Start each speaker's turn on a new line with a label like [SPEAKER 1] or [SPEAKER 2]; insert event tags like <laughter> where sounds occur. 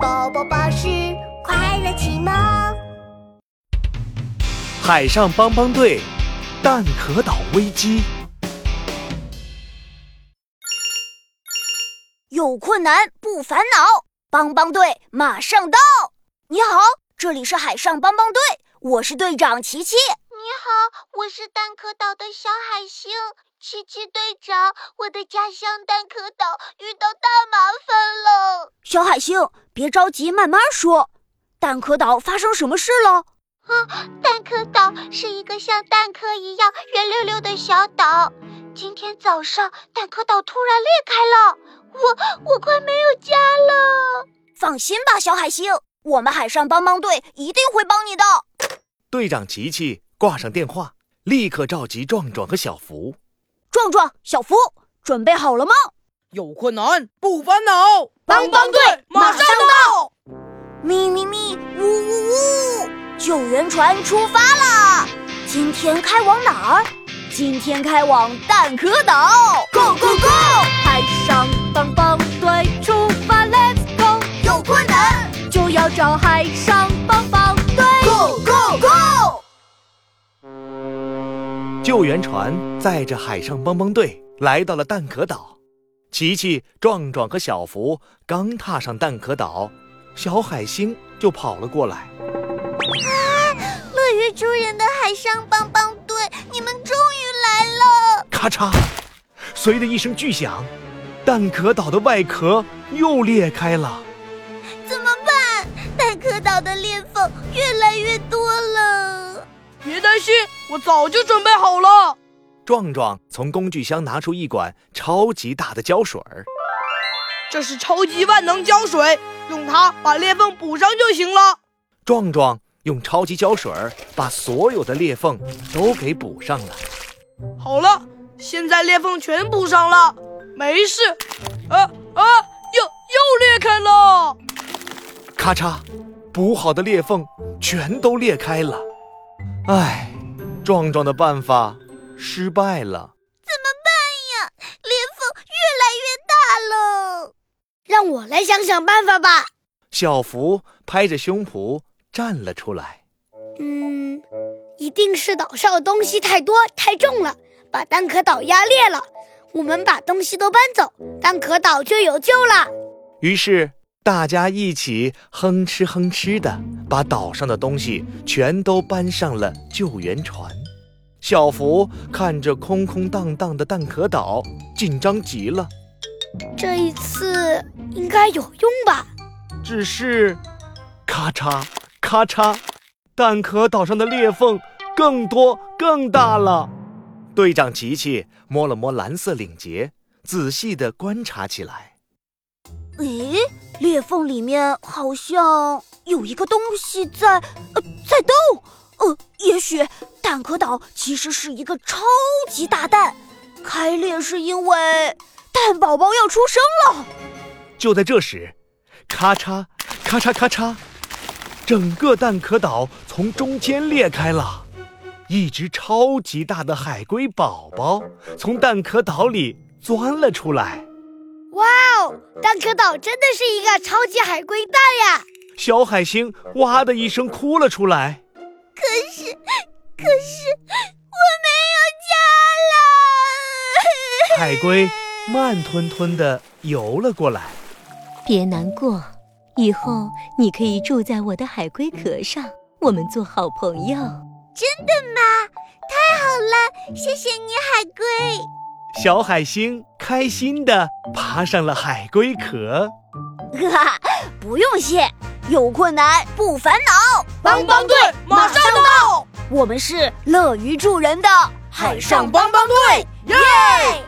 [SPEAKER 1] 宝宝巴士快乐启蒙。
[SPEAKER 2] 海上帮帮队，蛋壳岛危机。
[SPEAKER 3] 有困难不烦恼，帮帮队马上到。你好，这里是海上帮帮队，我是队长琪琪。
[SPEAKER 4] 你好，我是蛋壳岛的小海星，琪琪队长。我的家乡蛋壳岛遇到大麻烦了。
[SPEAKER 3] 小海星，别着急，慢慢说。蛋壳岛发生什么事了？
[SPEAKER 4] 啊，蛋壳岛是一个像蛋壳一样圆溜溜的小岛。今天早上，蛋壳岛突然裂开了，我我快没有家了。
[SPEAKER 3] 放心吧，小海星，我们海上帮帮队一定会帮你的。
[SPEAKER 2] 队长琪琪挂上电话，立刻召集壮壮和小福。
[SPEAKER 3] 壮壮、小福，准备好了吗？
[SPEAKER 5] 有困难不烦恼，
[SPEAKER 3] 帮帮队马上
[SPEAKER 5] 到。
[SPEAKER 3] 咪咪咪，呜呜呜！救援船出发啦！今天开往哪儿？今天开往蛋壳岛！Go go go！海上帮帮队出发，Let's go！有困难就要找海上帮帮队！Go go go！
[SPEAKER 2] 救援船载着海上帮帮队来到了蛋壳岛。琪琪、壮壮和小福刚踏上蛋壳岛，小海星就跑了过来。
[SPEAKER 4] 乐于助人的海上帮帮队，哦你们终于来了！
[SPEAKER 2] 咔嚓！随着一声巨响，蛋壳岛的外壳又裂开了。
[SPEAKER 4] 怎么办？蛋壳岛的裂缝越来越多了。
[SPEAKER 5] 别担心，我早就准备好了。
[SPEAKER 2] 壮壮从工具箱拿出一管超级大的胶水儿，
[SPEAKER 5] 这是超级万能胶水，用它把裂缝补上就行了。
[SPEAKER 2] 壮壮用超级胶水儿把所有的裂缝都给补上了。
[SPEAKER 5] 好了，现在裂缝全补上了，没事。啊啊，又又裂开了。
[SPEAKER 2] 咔嚓，补好的裂缝全都裂开了。唉，壮壮的办法失败了。
[SPEAKER 4] 裂缝越来越大了。
[SPEAKER 3] 让我来想想办法吧。
[SPEAKER 2] 小福拍着胸脯站了出来。
[SPEAKER 6] 嗯，一定是岛上的东西太多太重了，把蛋壳岛压裂了。我们把东西都搬走，蛋壳岛就有救了。
[SPEAKER 2] 于是大家一起哼哧哼哧的把岛上的东西全都搬上了救援船。小福看着空空荡荡的蛋壳岛，紧张极了。
[SPEAKER 6] 这一次应该有用吧？
[SPEAKER 2] 只是，咔嚓咔嚓，蛋壳岛上的裂缝更多更大了。队长琪琪摸了摸蓝色领结，仔细地观察起来。
[SPEAKER 3] 咦，裂缝里面好像有一个东西在，呃，在动。呃，也许蛋壳岛其实是一个超级大蛋，开裂是因为蛋宝宝要出生了。
[SPEAKER 2] 就在这时，咔嚓咔嚓咔嚓，整个蛋壳岛从中间裂开了，一只超级大的海龟宝宝从蛋壳岛里钻了出来。
[SPEAKER 6] 哇
[SPEAKER 3] 呃
[SPEAKER 6] 哦，蛋壳岛真的是一个超级海龟蛋呀！
[SPEAKER 2] 小海星哇的一声哭了出来。
[SPEAKER 4] 可是，可是我没有家了。
[SPEAKER 2] 海龟慢吞吞地游了过来。
[SPEAKER 7] 别难过，以后你可以住在我的海龟壳上，我们做好朋友。
[SPEAKER 4] 真的吗？太好了，谢谢你，海龟。
[SPEAKER 2] 小海星开心地爬上了海龟壳。
[SPEAKER 3] 哈哈， <laughs> 不用谢，有困难不烦恼，
[SPEAKER 5] 帮帮队马上到。
[SPEAKER 3] 我们是乐于助人的海
[SPEAKER 5] 海上帮帮队，耶！